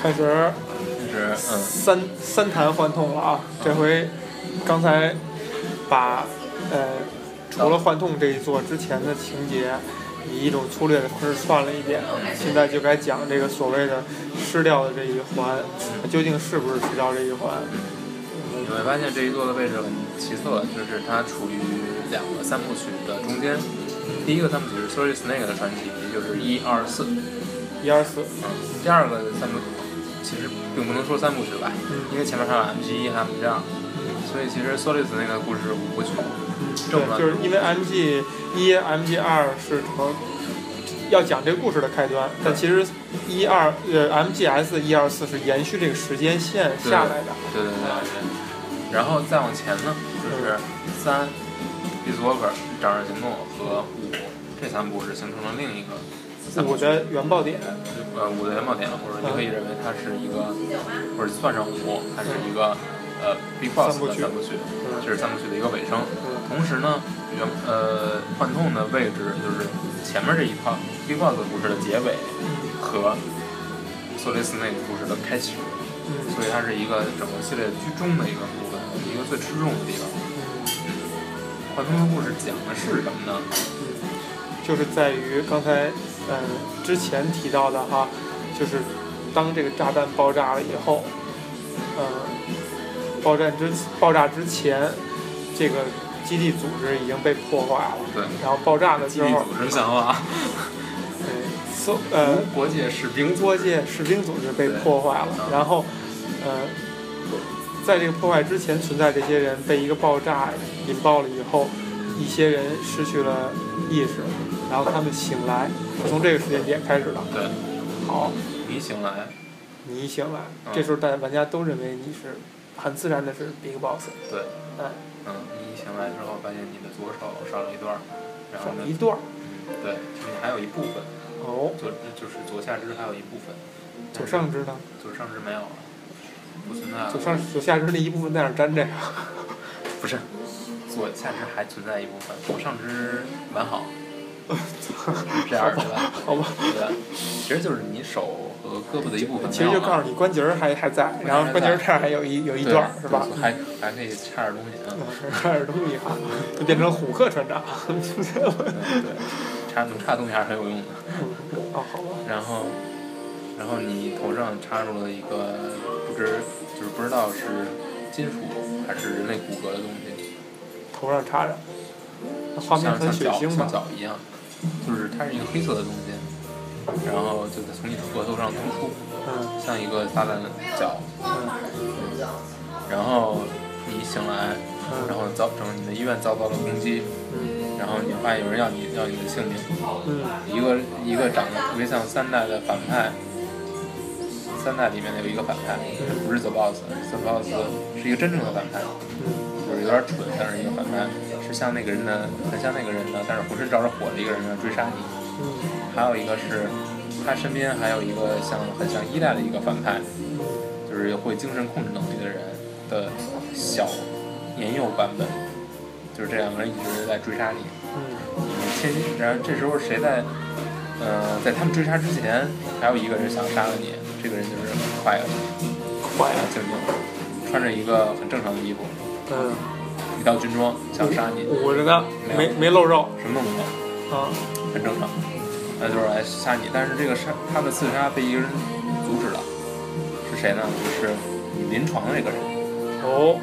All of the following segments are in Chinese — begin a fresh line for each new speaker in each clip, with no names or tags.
开始
就是嗯
三三弹幻痛了啊！这回刚才把呃除了幻痛这一座之前的情节，以一种粗略的方式串了一遍，现在就该讲这个所谓的失掉的这一环，究竟是不是失掉这一环？
你会发现这一座的位置很奇特，就是它处于两个三部曲的中间。第一个三部曲是 Sorry Snake 的传奇，就是一二四。
一二四，
嗯，第二个三部曲其实并不能说三部曲吧，
嗯
因为前面还有 MG 一和 MG 二，所以其实 Solid 那个故事是五部曲。正
嗯对，
文
就是因为 MG 一、MG 二是从要讲这个故事的开端，但其实一二呃 MGS 一二四是延续这个时间线下来的。
对对对。然后再往前呢，就是
嗯
三 b e a s w a l k e r 掌上行动和五这三部是形成了另一个三部
我
曲。
的原爆点，
呃，五的元宝点，或者你可以认为它是一个，或者算上五，它是一个呃 Big Boss 的三部曲，嗯这是三部曲的一个尾声。
嗯，
同时呢，原呃幻痛的位置就是前面这一套 Big Boss 的故事的结尾和索雷斯那个故事的开始，
嗯，
所以它是一个整个系列居中的一个部分，一个最吃重的地方。幻痛的故事讲的是什么呢？
就是在于刚才呃之前提到的哈，就是当这个炸弹爆炸了以后，呃，爆炸之爆炸之前，这个基地组织已经被破坏了，
对，
然后爆炸的
基
时
地
候，
组织嗯想法，
对，搜呃
国界士兵
国界士兵组织被破坏了
对嗯，
然后，呃，在这个破坏之前存在这些人被一个爆炸引爆了以后，一些人失去了意识，然后他们醒来，是从这个时间点开始的。
对，
好，
你醒来，
你一醒来
嗯，
这时候大家玩家都认为你是很自然的是 Big Boss，
对，
嗯，
嗯，你醒来之后发现你的左手少了一段儿，然后
少
呢，
一段儿
嗯对，就是你还有一部分，
哦，
左就是左下肢还有一部分，
左上肢呢？
左上肢没有了，不存在了，
左上左下肢那一部分在哪儿粘着呀？
不是，左下肢还存在一部分，左上肢 完好，这样儿对吧？
好吧，
对，其实就是你手和胳膊的一部分，
其实就告诉你关节儿还还在，然后关节儿这儿还有一有一
一
段儿是吧？
还还可以插点东西啊，
开始东西哈，就变成虎克船长。
对对，插能插东西还是很有用的。
哦，好吧，
然后，然后你头上插入了一个不知就是不知道是金属还是人类骨骼的东西，
头上插着，那画面
像
很
像
血
脚
腥
像
吧？
脚一样，就是它是一个黑色的东西，然后就在从你额头上突出，
嗯
像一个撒旦的脚，
嗯
然后你醒来，然
嗯
后遭整个你的医院遭到了攻击，然后你发现有人要你要你的性命，
嗯
一个一个长得特别像三代的反派，三代里面的有一个反派，不是 The Boss，The Boss 是一个真正的反派，
嗯
就是有点蠢，但是一个反派是像那个人的，很像那个人的，但是不是照着火的一个人呢追杀你。
嗯
还有一个是，他身边还有一个像很像一代的一个反派，就是会精神控制能力的人的小年幼版本，就是这两个人一直在追杀你。
嗯
天，然后这时候谁在，呃，在他们追杀之前，还有一个人想杀了你，这个人就是快乐，
坏了，
然后静静，穿着一个很正常的衣服，
嗯，
一道军装想杀你，
捂着呢，没没露肉
什么都没有，
啊。
很正常，那就是来杀你。但是这个杀他的刺杀被一个人阻止了，是谁呢？就是你临床的那个人。
哦，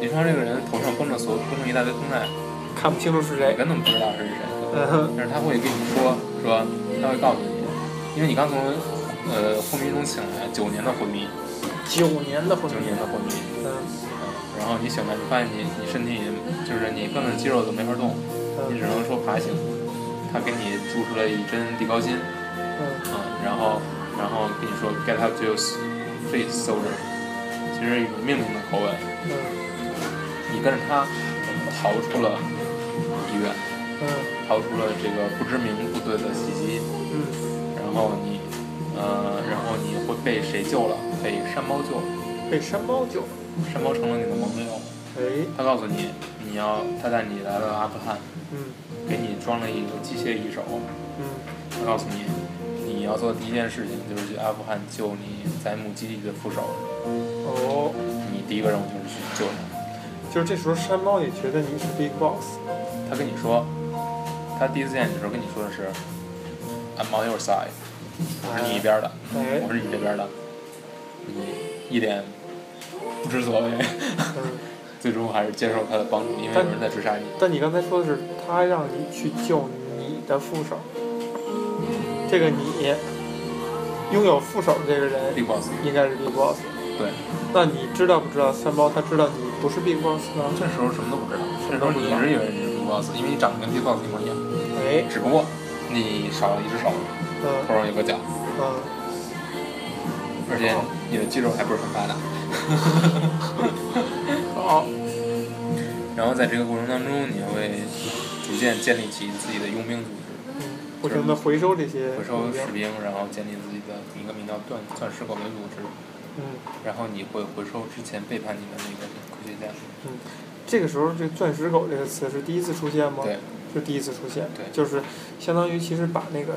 临床这个人头上绷着所绷着一大堆绷带，
看不清楚是
你
谁。
根本不知道是谁。
嗯哼，
但是他会跟你说说，他会告诉你，因为你刚从呃昏迷中醒来，九年的昏迷，
九年的婚
九
姻。
年的昏迷，
嗯
嗯，然后你醒来，你发现你你身体就是你根本肌肉都没法动，你只
嗯
能说爬行。他给你注射了一针地高辛，
嗯
嗯，然后然后跟你说 get up to your feet soldier，其实一种命令的口吻。
嗯
你跟着他逃出了医院，
嗯
逃出了这个不知名部队的袭击。
嗯，
然后你，呃，然后你会被谁救了？被山猫救，
被山猫救。
山猫成了你的盟友。
哎，
他告诉你，你要他带你来了阿富汗，
嗯
给你装了一个机械义手。
嗯
他告诉你，你要做的第一件事情就是去去阿富汗救你在母基地的副手，
哦，
你第一个任务就是去救他。
就是这时候山猫也觉得你是 Big Boss，
他跟你说，他第一次见你的时候跟你说的是，I'm on your side，我是你一边的，
哎，
我是你这边的，你一脸不知所谓，
嗯，
最终还是接受他的帮助，因为有人在追杀你。
但你刚才说的是他让你去救你的副手，这个你拥有副手的这个人
Big boss，
应该是 Big Boss，
对，
那你知道不知道山猫他知道你不是 Big Boss 呢？
这时候什么都不知道，
什么
这时
都
候
不
你
知
一
道
直以为你是 Big boss，因为你长得跟 Big boss 一模一样，
哎，
只不过你少了一只手，
嗯
头上有个角，
嗯，
而且你的肌肉还不是很发达。
好，
然后在这个过程当中，你会逐渐建立起自己的佣兵组织，
不停的回收这些
回收
物
士
件
兵，然后建立自己的一个名叫“钻钻石狗的组织，
嗯
然后你会回收之前背叛你的那个科学家。
嗯，这个时候这“钻石狗”这个词是第一次出现吗？
对，
是第一次出现，
对
就是相当于其实把那个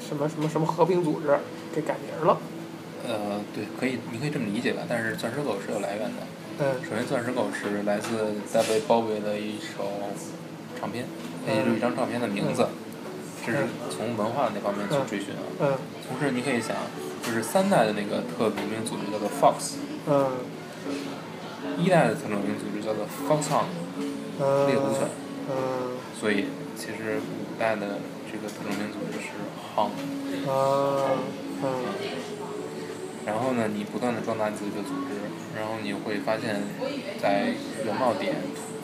什么什么什么和平组织给改名了，
呃，对，可以，你可以这么理解吧。但是钻石狗是有来源的。
嗯
首先，钻石狗是来自在被包围的一首唱片，也就是一张唱片的名字。这是从文化那方面去追寻啊。
嗯
同时，你可以想，就是三代的那个特种兵组织叫做 Fox，
嗯
一代的特种兵组织叫做 Foxhound
嗯，
猎狐犬，
嗯
所以其实五代的这个特种兵组织是 Hound。
啊嗯
然后呢，你不断的壮大自己的组织，然后你会发现，在原冒点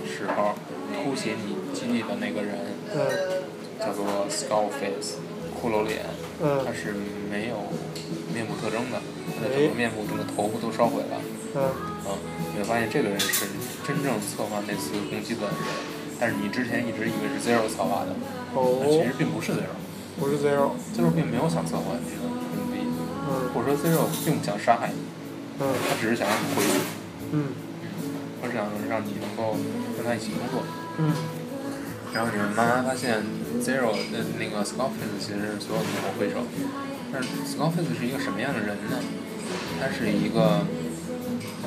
时候突袭你基地的那个人
嗯
叫做 Skull Face，骷髅脸，他
嗯
是没有面部特征的，他的整个面部、整个头部都烧毁了。
嗯
啊，你会发现这个人是真正策划那次攻击的人，但是你之前一直以为是 Zero 策划的，但其实
哦，
并不是 Zero，Zero
不是 zero，
并没有想策划你的攻击，
嗯
或者说 Zero 并不想杀害你，
嗯
他只是想让你回去，
嗯
他只想让你能够跟他一起工作。
嗯
然后你们慢慢发现，Zero 的那个 Scarface 其实是所有的魔鬼手，但是 Scarface 是一个什么样的人呢？他是一个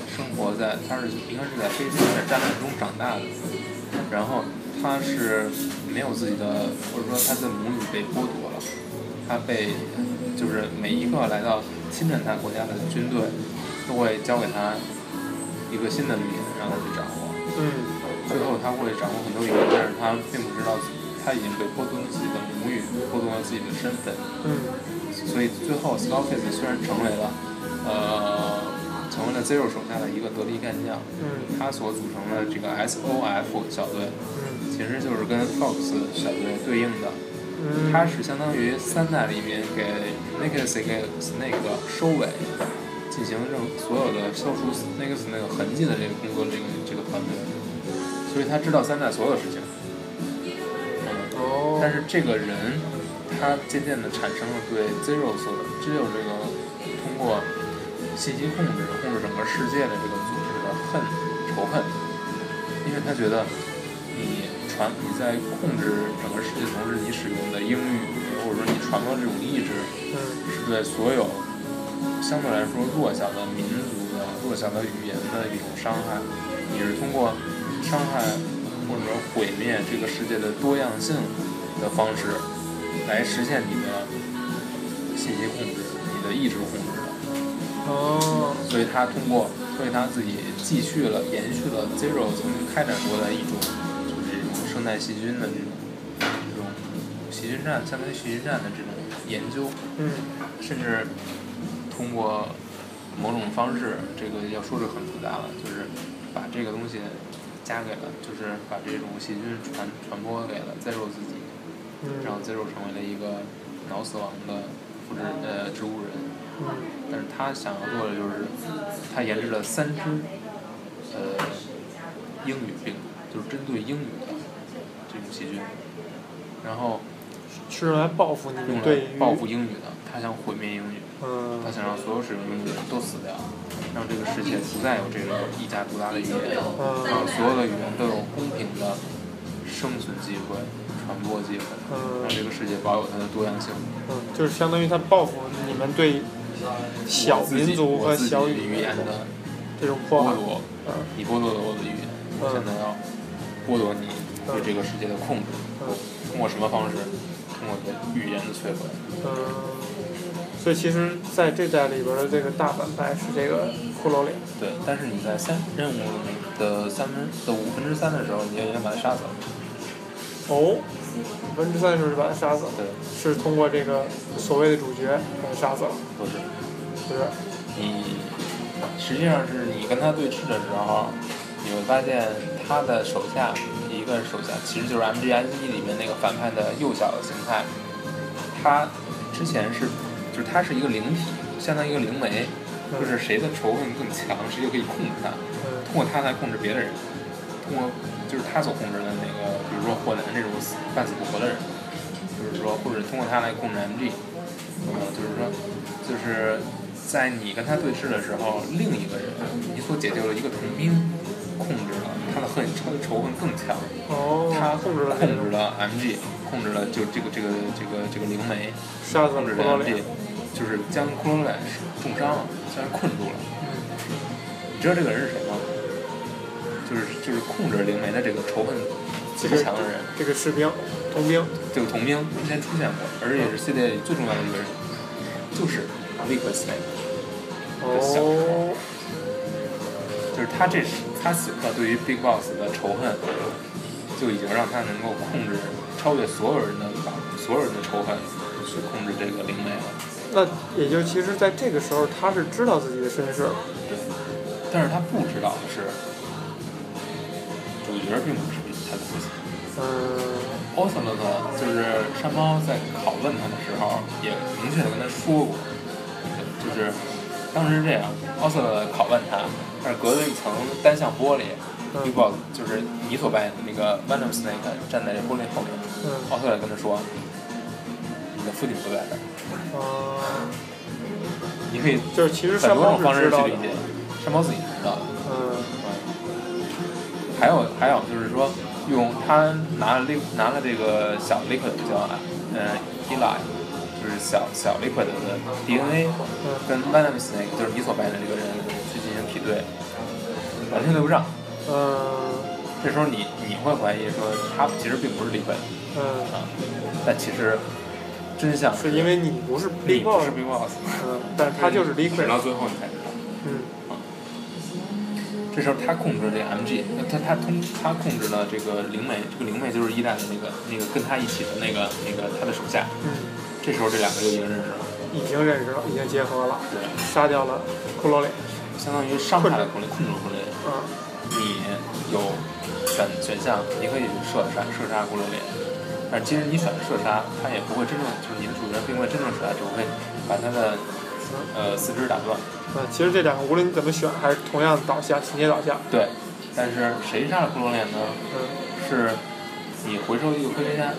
生活在，他是应该是在非洲的战乱中长大的，然后他是没有自己的，或者说他的母语被剥夺了，他被就是每一个来到侵占他国家的军队都会交给他一个新的语言让他去掌握。
嗯
最后他会掌握很多语言，但是他并不知道自己他已经被剥夺了自己的母语，剥夺了自己的身份，
嗯
所以最后 Scarface 虽然成为了呃成为了 Zero 手下的一个得力干将，
嗯
他所组成的这个 SOF 小队
嗯
其实就是跟 Fox 小队对应的，
嗯，
它是相当于三代里面给 Naked Snake 那个收尾。进行任务所有的消除 Snake 那个痕迹的这个工作，这个这个团队，所以他知道三代所有事情。嗯，
哦，
但是这个人，他渐渐的产生了对 Zero 所 Zero 这个通过信息控制控制整个世界的这个组织的恨仇恨，因为他觉得你传你在控制整个世界同时，你使用的英语或者说你传播这种意志，
嗯
是对所有相对来说弱小的民族的弱小的语言的一种伤害。你是通过伤害或者毁灭这个世界的多样性的方式，来实现你的信息控制、你的意志控制的。
哦
所以他通过，所以他自己继续了、延续了 Zero 曾经开展过的一种，就是这种生态细菌的这种、这种细菌战，相当于细菌战的这种研究。
嗯
甚至通过某种方式，这个要说是很复杂了，就是把这个东西加给了，就是把这种细菌传传播给了 Zero 自己，
嗯
让 Zero 成为了一个脑死亡的复制呃植物人。
嗯
但是他想要做的就是，他研制了三支，呃，英语病，就是针对英语的这种细菌，然后
是用来报复你
用
们
来
对于
报复英语的，他想毁灭英语。
嗯
他想让所有使用英语的人都死掉，让这个世界不再有这个一家独大的语言，
嗯
让所有的语言都有公平的生存机会、传传播机会，
嗯
让这个世界保有它的多样性。
嗯，就是相当于他报复你们对小
我自己
民族和
我自己
小
的语
语
言的
这种破
剥
坏。
夺，
嗯
你剥夺了我的语言，我现在要剥夺你对这个世界的控制。
嗯
通过什么方式？通过你的语言的摧毁。
嗯，所以其实在这代里边的这个大反派是这个骷髅脸。
对，但是你在三任务的三分的五分之三的时候，你就已经把他杀死了。
哦，百分之三十把他杀死了，
对，
是通过这个所谓的主角把他杀死了，
不是，
是不是？
你实际上是你跟他对峙的时候，你会发现他的手下一个手下其实就是 MGS 一 E 里面那个反派的幼小的形态，他之前是就是他是一个灵体，相当于一个灵媒，就是谁的仇恨更强，谁就可以控制他，
嗯
通过他来控制别的人，通过就是他所控制的那个，比如说火男这种死半死不活的人，就是说或者通过他来控制 MG，呃，就是说就是在你跟他对峙的时候，另一个人你所解救了一个童兵，控制了他的恨，他的仇恨更强，
哦，
他
控制了
控制了 MG，控制了就这个这个这个这个灵媒，
杀死
控制
了骷髅
了 MG，
脸。
就是将骷髅脸重伤了，将人困住了。
嗯
你知道这个人是谁吗？就是就是控制灵媒的这个仇恨
这
极
个
强的人，
这个士兵，童兵，
这个童兵之前出现过，而且是系列里最重要的一个人，就是 v i c k Snake，小
哦，
就是他这是他此刻对于 Big Boss 的仇恨，就已经让他能够控制超越所有人的把所有人的仇恨去控制这个灵媒了。
那也就其实，在这个时候，他是知道自己的身世了，
对，但是他不知道的是，主角并不是他的父亲。
嗯，
奥斯勒呢，就是山猫在拷问他的时候，也明确的跟他说过，就是当时是这样，奥斯勒拷问他，但是隔着一层单向玻璃
嗯
，Big Boss 就是你所扮演的那个 Venom Snake 站在这玻璃后面，
嗯，
奥斯勒跟他说，你的父亲不在这儿，
啊，
你可以
就是其实
很
山
多
猫
种方
是
式
知
去
道
理
的，
解，山猫自己是知道的。
嗯
还有还有就是说，用他拿了 li 拿了这个小 liquid 叫呃 Eli，就是小小 liquid 的 DNA
嗯
跟 Venom Snake 就是你所扮演的这个人去进行比对，完全对不上。
嗯
这时候你你会怀疑说他其实并不是 liquid
嗯。
啊，但其实真相
是因为你不是
你
Big
不
Boss，
是 Big Boss，
嗯，但是他就是
直到
Liquid，
最后你才知道。
嗯
这时候他控制了这个 MG，呃他他通他控制了这个灵媒，这个灵媒就是一代的那个那个跟他一起的那个那个他的手下。
嗯，
这时候这两个就已经认识了，
已经认识了，已经结合了，
对，
杀掉了骷髅脸，
相当于伤害了孔令，控制孔令。
嗯
你有选选项，你可以射杀射杀骷髅脸，但是即使你选了射杀，他也不会真正就是你的主角并不会真正射杀，只会把他的呃四肢打断。
嗯，其实这两个无论你怎么选，还是同样倒下，情节倒下，
对，但是谁杀了骷髅脸呢？
嗯
是你回收一个科学家，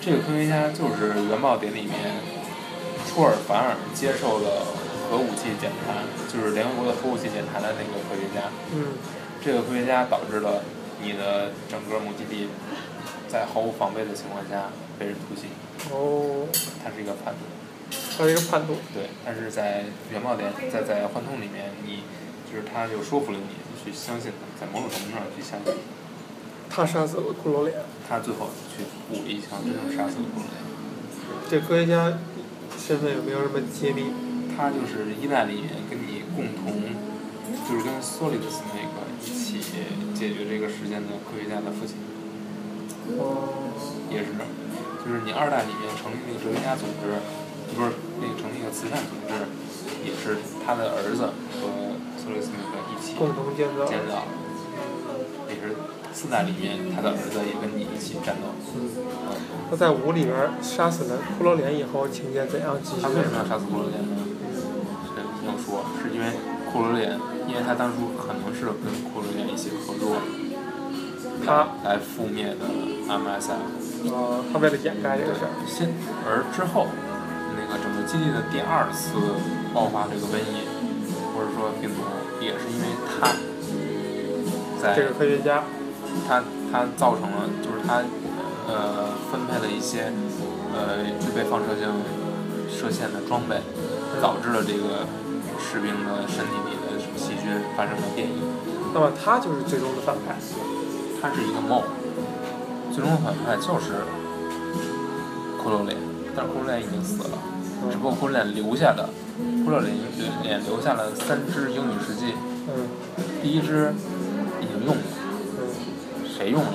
这个科学家就是《元宝典》里面出尔反尔接受了核武器检查，就是联合国的核武器检查的那个科学家。
嗯
这个科学家导致了你的整个目基地在毫无防备的情况下被人突袭，
哦，
他是一个叛徒。
他是一个叛徒，
对，但是在《元宝典》在在《幻痛》里面，你就是他就说服了你去相信他，在某种程度上去相信
他
他
杀死了骷髅脸，
他，最后去补了一枪，真正杀死了布雷。
这科学家身份有没有什么揭秘？
他就是一代里面跟你共同，就是跟索里斯那个一起解决这个事件的科学家的父亲，
哦，
也是，就是你二代里面成立那个哲学家组织，不是那个成立一个慈善组织，也是他的儿子和索里斯那个一起
共同建造，
建造，也是四代里面他的儿子也跟你一起战斗。嗯
那在五里边杀死了骷髅脸以后，情节怎样继续
他？为什么要杀死骷髅脸呢？是你要说，是因为骷髅脸，因为他当初可能是跟骷髅脸一起合作，
他
来覆灭的 MSF。
呃，他为了掩盖这个事儿，
先而之后，那个整个基地的第二次爆发这个瘟疫，或者说病毒，也是因为他在
这个科学家，
他他造成了，就是他呃呃分配了一些呃具备放射性射线的装备，导致了这个士兵的身体里的细菌发生了变异。
那么他就是最终的反派。
他是一个 m 最终的反派就是骷髅脸，但是骷髅脸已经死了，只不过骷髅脸留下的骷髅脸脸留下了三支英语世纪，
嗯
第一支已经用了，
嗯
谁用了，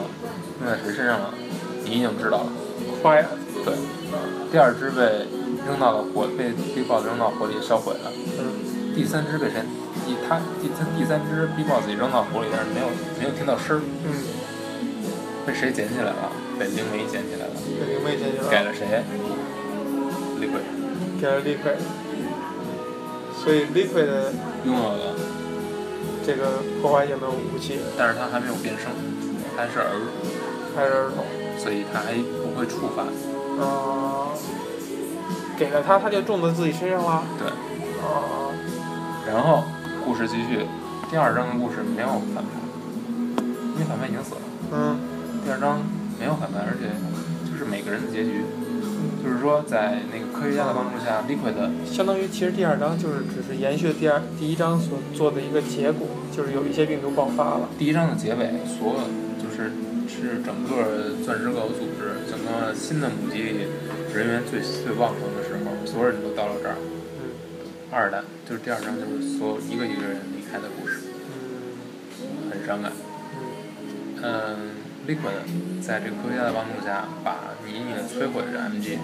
用在谁身上了，你已经知道了。
，Quiet，
对，第二只被扔到了火，被被 boss 扔到火里烧毁了。
嗯
第三只被谁？第他第三第三只 b boss 也扔到火里，但是没有没有听到声儿，
嗯，
被谁捡起来了？被灵媒捡起来了，
这灵媒解决
给
了，
了谁？李鬼
给了 Liquid，所以 Liquid 的
拥有了，
这个破坏性的武器
但是他还没有变声，他还是儿
还是儿童，
子，所以他还不会触发。
嗯、给了他他就种到自己身上了，
对，
啊、
然后故事继续，第二章的故事没有反派，因为反派已经死了。
嗯
第二章没有反派，而且就是每个人的结局，就是说在那个科学家的帮助下，Liquid
相当于其实第二章就是只是延续第二第一章所做的一个结果，就是有一些病毒爆发了，
第一章的结尾，所有就是是整个钻石狗组织，整个新的母基地人员最最旺盛的时候，所有人都到了这儿。
嗯
二代就是第二章，就是所有一个一个人离开的故事，
嗯
很伤感。嗯，Liquid 在这个科学家的帮助下，把泥泞摧毁的 MG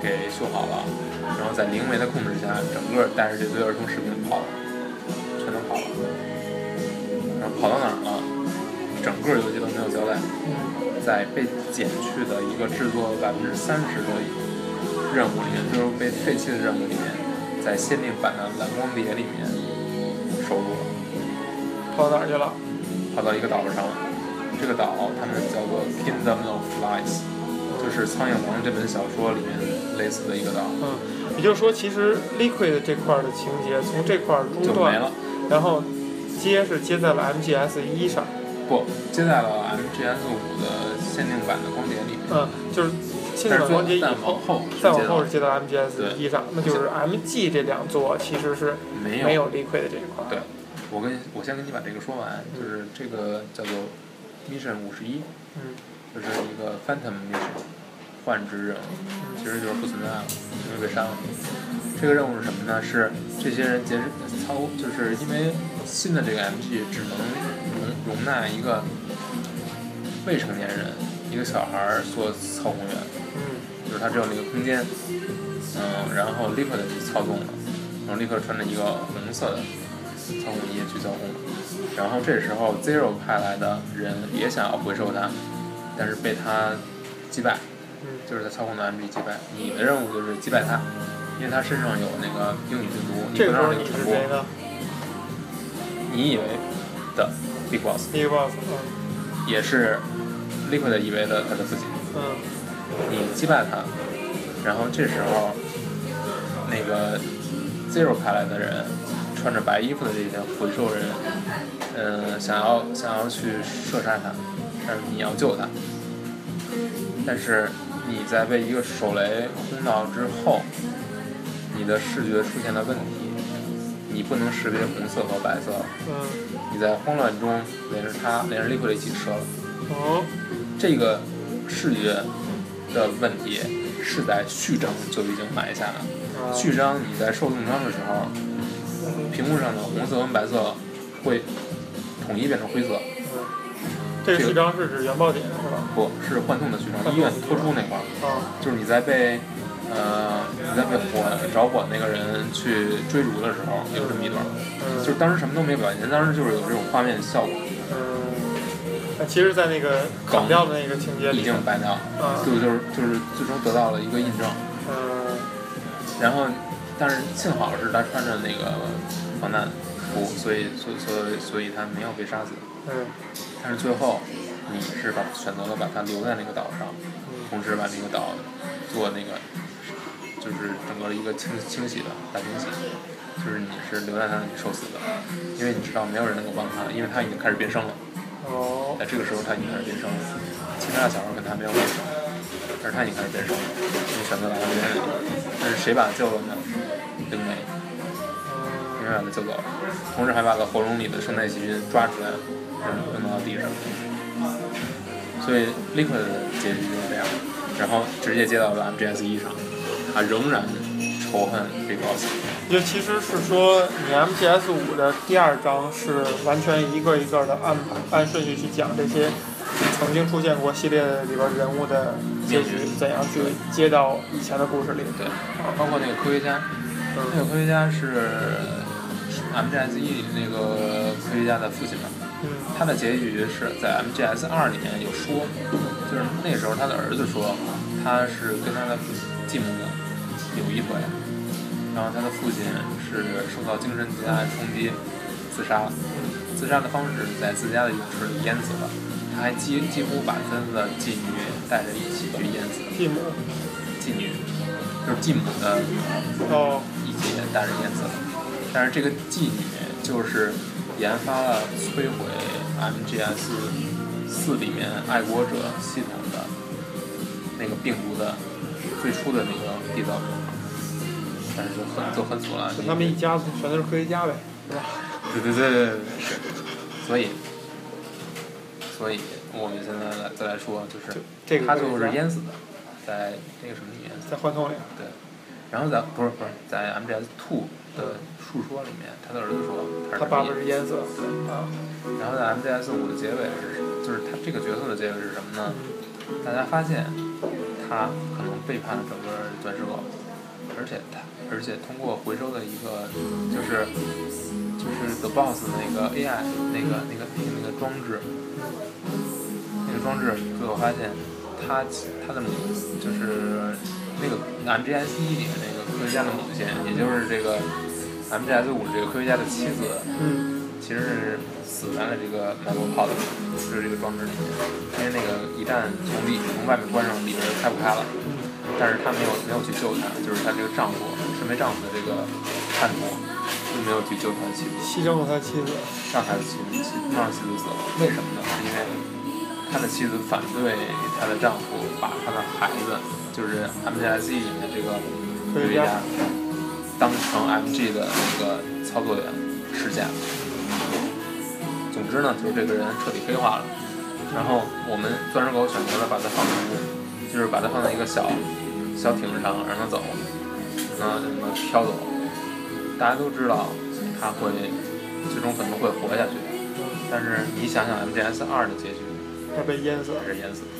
给修好了，然后在灵媒的控制下，整个带着这堆儿童士兵跑了，全都跑了。然后跑到哪儿了？整个游戏都没有交代。
嗯
在被减去的一个制作百分之三十的任务里面，就是被废弃的任务里面，在限定版的蓝光碟里面收录了。
嗯，跑哪儿去了？
跑到一个岛上，这个岛他们叫做 Kingdom of Flies，就是《苍蝇王》这本小说里面类似的一个岛，
嗯，也就是说，其实 Liquid 这块儿的情节从这块儿中
就没
断，
了。
然后接是接在了 MGS 一上，
不，接在了 MGS 五的限定版的光碟里面，
嗯，就是现在
但是
光节
最
以
但
后
往，后
再往后是接
接
到 MGS 一上，那就是 MG 这两座其实是
到了没有
没有 Liquid 的这一块儿，
对，我跟我先跟你把这个说完，就是这个叫做 Mission 五十一，
嗯
就是一个 Phantom Mission 幻之任务，其实就是不存在了，因为被删了。这个任务是什么呢？是这些人截止操，就是因为新的这个 MG 只能容容纳一个未成年人，一个小孩儿做操控员，
嗯
就是他只有那个空间，嗯，然后立刻的去操纵了，然后立刻穿着一个红色的操控衣去操控，然后这时候 Zero 派来的人也想要回收他，但是被他击败，
嗯
就是在操控的 MG 击败。你的任务就是击败他，因为他身上有那个英语病毒，你
这
不
个时
能
候
让
你
这个
是
传
谁
播。
呢
你以为的 Big Boss
？Big Boss，
也是 Liquid 以为的他的自己。
嗯嗯
你击败他，然后这时候，那个 Zero 派来的人，穿着白衣服的这些回收人，嗯、想要想要去射杀他，但是你要救他，但是你在被一个手雷轰到之后，你的视觉出现了问题，你不能识别红色和白色，
嗯，
你在慌乱中连着他连着 Liquid 一起射了。
哦，
这个视觉的问题是在序章就已经埋下了。
啊
序章你在受重伤的时候，
嗯
屏幕上的红色跟白色会统一变成灰色，
嗯这个序章是指原爆点是吧？
不是幻痛的序章，医院突出那块儿，
啊，
就是你在被呃你在被火着火那个人去追逐的时候，有这么一段儿，
嗯，
就是当时什么都没表现，当时就是有这种画面效果
嗯，那其实，在那个砍掉的那个情节
已
里，
经白掉了，
啊，
就就是就是最终得到了一个印证。
嗯，
然后，但是幸好是他穿着那个防弹服，所以所以所以所以他没有被杀死。
嗯，
但是最后，你是把选择了把他留在那个岛上，同时把那个岛做那个就是整个一个清清洗的大清洗，就是你是留在他那里受死的，因为你知道没有人能够帮他，因为他已经开始变声了。
哦，
在这个时候他已经开始变声了，其他的小孩跟他没有变声。而他已经开始变瘦了，因为选择来到原里。但是谁把他救了呢？灵媒，
嗯
灵媒把他救走了，同时还把个喉咙里的生态细菌抓出来，扔扔到地上。所以 Liquid 的结局就是这样，然后直接接到了 MGS 一 E 上，他仍然仇恨 Big Boss。
就其实是说，你 MTS 五的第二章是完全一个一个的按按顺序去讲这些曾经出现过系列里边人物的结局
嗯
怎样去接到以前的故事里。
对，包括那个科学家，那个科学家是 MGS 一里 E 那个科学家的父亲嘛？
嗯
他的结局是在 MGS 二里面有说，就是那时候他的儿子说，他是跟他的继母有一腿，然后他的父亲是受到精神极大的冲击，自杀了。自杀的方式是在自家的泳池里淹死了，他还几几乎把他的继女带着一起去淹死了。
蒂姆，
继女就是继母的
哦，
一姐大人淹死了，但是这个妓女就是研发了摧毁 MGS 四里面爱国者系统的那个病毒的最初的那个缔造者，但是就很就很阻了。
就他们一家子全都是科学家呗，是吧？
对对对对对，是，所以所以我们现在来再来说，就是
这个啊
他就是淹死的，在那个什么里面淹死
在
的。
幻痛里，
对，然后在不是不是在 MGS Two 的述说里面，他的儿子说他
嗯
是
他爸爸
什么
是
意
淹死了。
对，
啊，
然后在 MGS 五的结尾是，就是他这个角色的结尾是什么呢？大家发现他可能背叛了整个钻石狗，而且他而且通过回收的一个就是就是 The Boss 那个 AI 那个那个那个那个装置，那个装置最后发现他他的母就是那个 MGS 一里面那个科学家的母亲，也就是这个 MGS 五这个科学家的妻子。
嗯，
其实是死在了这个 MacPod 里，就是这个装置里面，因为那个一旦从里从外面关上，里面开不开了。但是他没有没有去救他，就是他这个丈夫，身为丈夫的这个叛徒，就没有去救他的妻子，
牺牲了他妻子。
让他的妻子妻让他的妻子死了。为什么呢？是因为他的妻子反对他的丈夫把他的孩子，就是 MGS E 里面的这个
科学家
当成 MG 的那个操作员试驾。总之呢，就是这个人彻底黑化了。然后我们钻石狗选择了把它放在，就是把它放在一个小小艇上，让它走，然后让它飘走。大家都知道它会最终可能会活下去，但是你想想 MGS 二的结局，
嗯他被淹死了
还，是淹死的。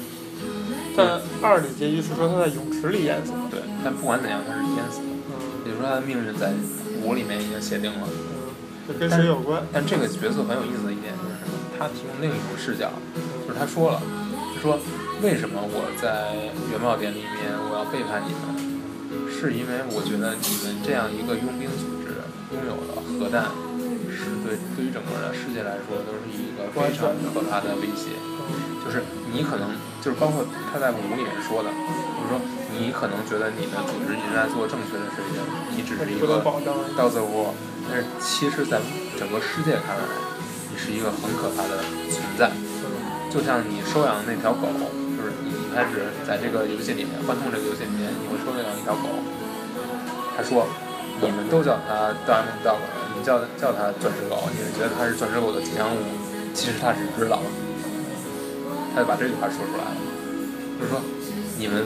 但二里结局是说他在泳池里淹死了。
对，但不管怎样，它是淹死的。也就是说，它的命运在五里面已经写定了。
嗯，这跟谁有关？
但这个角色很有意思的一点就是什么？他提供另一种视角，就是他说了，他说为什么我在元宝典里面我要背叛你们，是因为我觉得你们这样一个佣兵组织拥有了核弹，是对对于整个的世界来说都是一个非常可怕的威胁。就是你可能就是包括他在五里面说的，就是说你可能觉得你的组织一直在做正确的事情，你只是一
不
个
能保障。啊
到最后，但是其实，在整个世界看来，你是一个很可怕的存在。就像你收养的那条狗，就是你一开始在这个游戏里面，幻痛这个游戏里面，你会收养一条狗。他说，你们都叫它 Diamond Dog，你叫叫它钻石狗，你们觉得它是钻石狗的吉祥物，其实它只知道了。他就把这句话说出来了，就是说，你们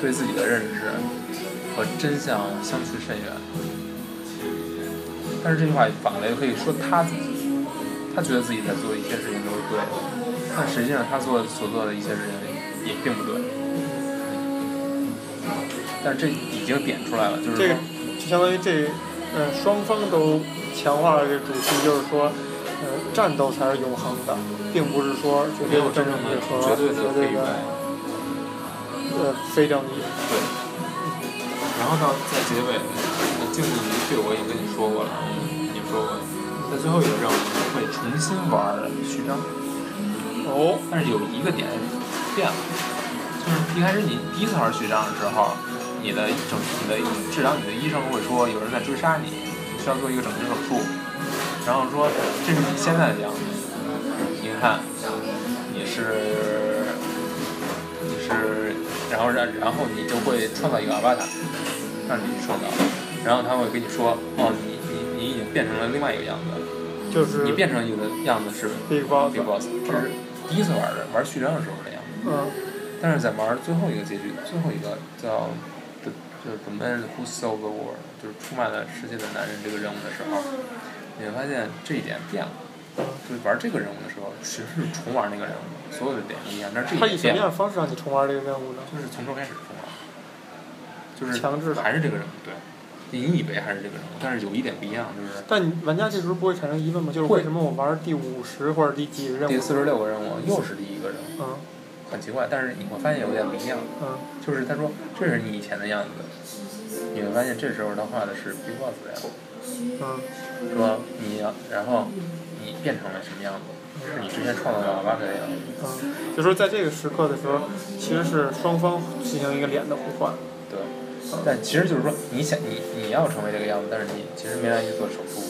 对自己的认识和真相相去甚远。但是这句话反过来又可以说他自己，他觉得自己在做的一切事情都是对的，但实际上他做所做的一切事情也并不对。但是这已经点出来了，就是说
这个就相当于这，呃，双方都强化了这个主题，就是说，呃，战斗才是永恒的，并不是说绝
没
对
有
的
真
正
正的
义和
绝对的
绝
黑
对
与白
的。呃非正义。
对。然后到在结尾，竞技一对我也跟你说过了，你说过，在最后一个任务会重新玩序章，
哦，
但是有一个点变了，就是一开始你第一次玩序章的时候，你的整你的治疗你的医生会说有人在追杀你，需要做一个整形手术，然后说这是你现在的样子，你看你是你是然后让然后你就会创造一个阿巴塔，让你去创造，然后他会跟你说，哦，你你你已经变成了另外一个样子，
就是
你变成一个样子是
Big Boss，
Big Boss，这是第一次玩的，玩序章的时候是这样，
嗯
但是在玩最后一个结局，最后一个叫 The 就是 The Man Who Sold the World，就是出卖了世界的男人这个任务的时候，你会发现这一点变了。就是玩这个任务的时候，其实是重玩那个任务，所有的点一样，但是这
他
一
以什
点变
么
了。
样的方式让你重玩这个任务呢？
就是从头开始重玩，就是
强制的
还是这个人物，对，你以为还是这个人物，但是有一点不一样，就是
但你玩家这时候不会产生疑问吗？就是
会
为什么我玩第五十或者第几个任务？
第四十六个任务又是第一个人物，
嗯
很奇怪，但是你会发现有点不一样，
嗯
就是他说这是你以前的样子，你会发现这时候他画的是 Big Boss 的样子，
嗯
说你要，然后你变成了什么样子，是你之前创造的阿巴特的样子，
嗯，就说在这个时刻的时候，其实是双方进行一个脸的互换。
对。但其实就是说，你想你你要成为这个样子，但是你其实没来去做手术，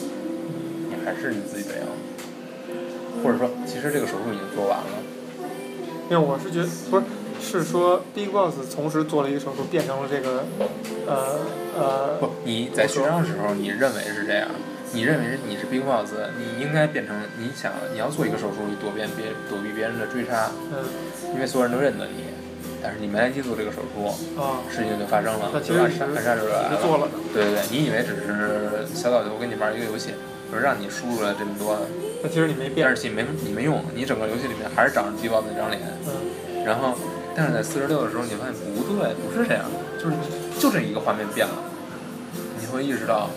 你还是你自己的样子，或者说，其实这个手术已经做完了，
因为我是觉得不是，是说 Big Boss 同时做了一个手术，变成了这个，呃
不
呃，，
你在学生的时候，你认为是这样，你认为你是 Big Boss，你应该变成你想你要做一个手术，你躲避别躲避别人的追杀，
嗯
因为所有人都认得你，但是你没来及做这个手术，
啊，
事情就发生了，
那其
就
实
暗
你是
杀暗杀就来
你是做了的，
对对对，你以为只是小岛就跟你玩一个游戏，就是让你输入了这么多，
那其实你没
但
变
是。其实没你没用，你整个游戏里面还是长着 Big Boss 那张脸，
嗯
然后，但是在四十六的时候，你发现不对，不是这样，就是就这一个画面变了，你会意识到，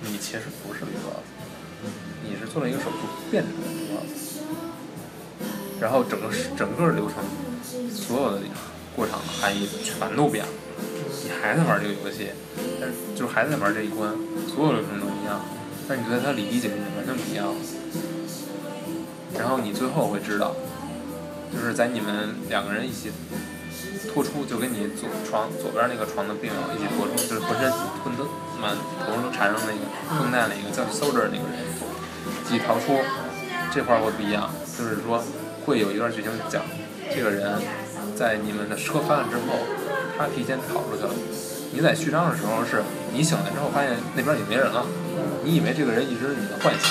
你其实不是 Big Boss，你是做了一个手术变成了 Big Boss，然后整个整个流程，所有的过场的含义全都变了，你还在玩这个游戏，但是就是还在玩这一关，所有流程都一样，但是你对它的理解已经完全不一样了，然后你最后会知道。就是在你们两个人一起脱出，就跟你左床左边那个床的病友一起脱出，就是浑身浑都满头上都缠上那个绷带那个叫 soldier 那个人一起逃出，这块儿会不一样，就是说会有一段剧情讲这个人在你们的车翻了之后，他提前逃出去了。你在序章的时候是，你醒来之后发现那边已经没人了，你以为这个人一直是你的幻想，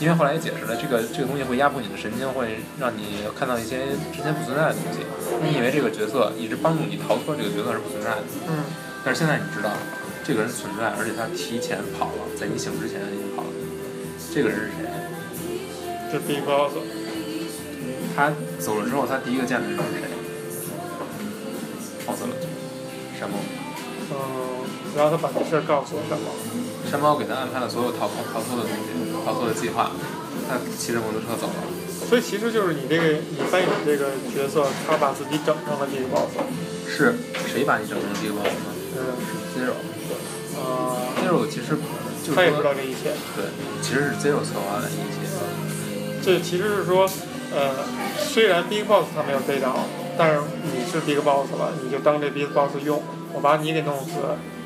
因为后来也解释了，这个这个东西会压迫你的神经，会让你看到一些之前不存在的东西。你以为这个角色一直帮助你逃脱这个角色是不存在的，
嗯
但是现在你知道了，这个人存在，而且他提前跑了，在你醒之前已经跑了。这个人是谁？
这 Big Boss，
他走了之后，他第一个见的人是谁？哦，走了，山猫。
嗯，然后他把这事儿告诉我什么？
山猫给他安排了所有逃跑、逃脱的东西、逃脱的计划。他骑着摩托车走了。
所以其实就是你这个，你扮演这个角色，他把自己整成了 Big Boss。
是谁把你整成地方呢
嗯，
？Zero。
啊、
Zero 其实就是
他也不知
说，
道这一切。
对，其实是 Zero 策划的一切。
这其实是说，呃，虽然 Big Boss 他没有逮着，但是你是 Big Boss 了，你就当这 Big Boss 用，我把你给弄死，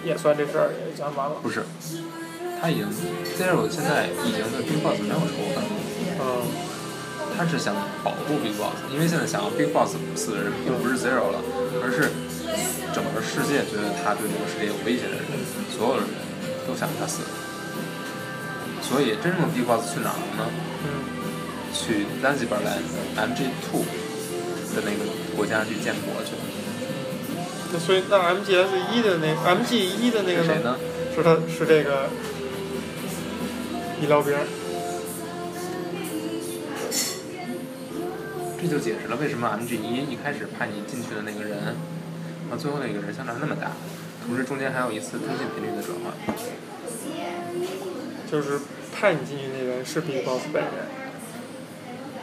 也算这事儿也算完了。
不是，他已经 Zero 现在已经对 Big Boss 没有仇恨，
嗯
他是想保护 Big Boss，因为现在想要 Big Boss 死的人并不是 Zero 了，而是整个世界觉得他对这个世界有威胁的人，所有的人都想他死。所以真正的 Big Boss 去哪儿了呢？
嗯
去 Zanzibar 来 MG Two 的那个国家去建国去了。，
那所以那 MGS 一的那 MG 一的那
是
个
谁
呢？
呢？
是他是这个医疗兵儿，
这就解释了为什么 MG 一一开始派你进去的那个人，然后最后那个人相差那么大，同时中间还有一次通信频率的转换，
就是派你进去那人是 Big Boss 本人，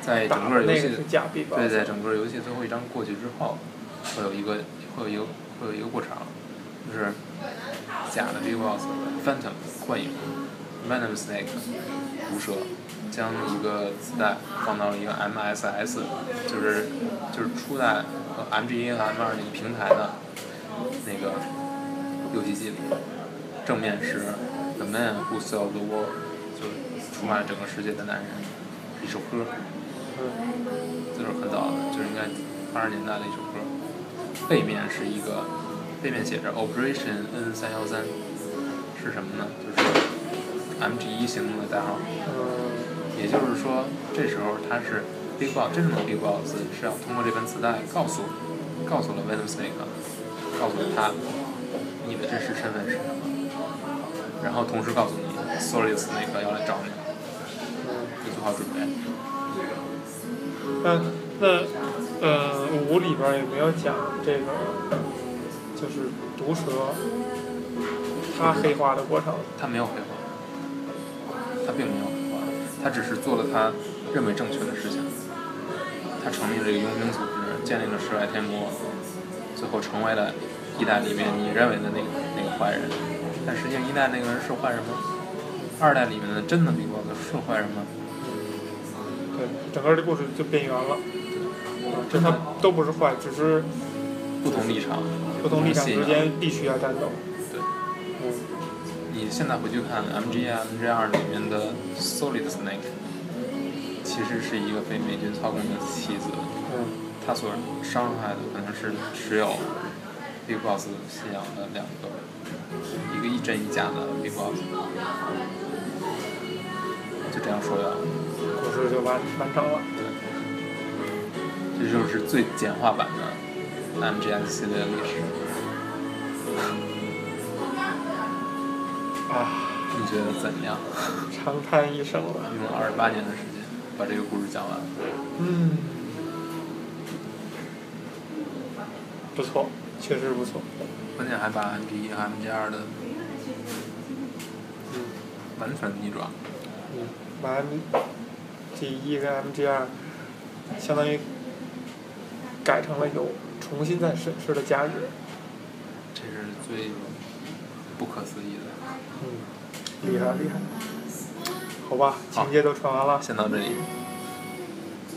在哎整
打
个
的
游
那
戏
个是假 Big Boss。
对，在整个游戏最后一章过去之后，会有一个会有一个会有一个过场，就是假的 Big Boss Phantom 幻影 Venom Snake 毒蛇，将一个子弹放到一个 MSS，就是就是初代和 MG 一和 M 二那个平台的那个游戏机里，正面是 The Man Who Sold the World，就是出卖整个世界的男人，一首歌。
嗯
就是很早的，就是应该八十年代的一首歌。背面是一个背面写着 Operation N 三幺三，是什么呢？就是 MG 一行动的代号。
嗯
也就是说，这时候它是 Big Boss 真正的 Big Boss 是要通过这盘磁带告诉告诉了 Venom Snake，告诉他你的真实身份是什么，然后同时告诉你 Solid Snake 要来找你，你做好准备。
那那呃五里边有没有讲这个就是毒蛇它黑化的过程？
他没有黑化，他并没有黑化，他只是做了他认为正确的事情。他成立了一个佣兵组织，建立了世外天魔，最后成为了意大利里面你认为的那个那个坏人。但实际上，一代那个人是坏人吗？二代里面的真的比伯特是坏人吗？
对，整个的故事就变圆了。啊，这他都不是坏，只是
不同立场，
不同立场之
不同信仰。
间必须要战斗。
对，
嗯，
你现在回去看 MG 啊 MG 二里面的 Solid Snake，其实是一个被美军操控的棋子。
嗯，
他所伤害的可能是持有 Big Boss 信仰的两个人，一个一真一假的 Big Boss。就这样说完了，
故事就完完成了。
这就是最简化版的 MGS 系列的历史。
啊，
你觉得怎样？
长叹一声了。
用了二十八年的时间把这个故事讲完，
嗯，不错，确实不错。
关键还把 MG 一和 MG 二的
嗯
完全逆转。
嗯，把 M G 一跟 M G 二相当于改成了有重新再审视的价值。
这是最不可思议的。
嗯，厉害厉害。好吧，
好
情节都传完了。
先到这里，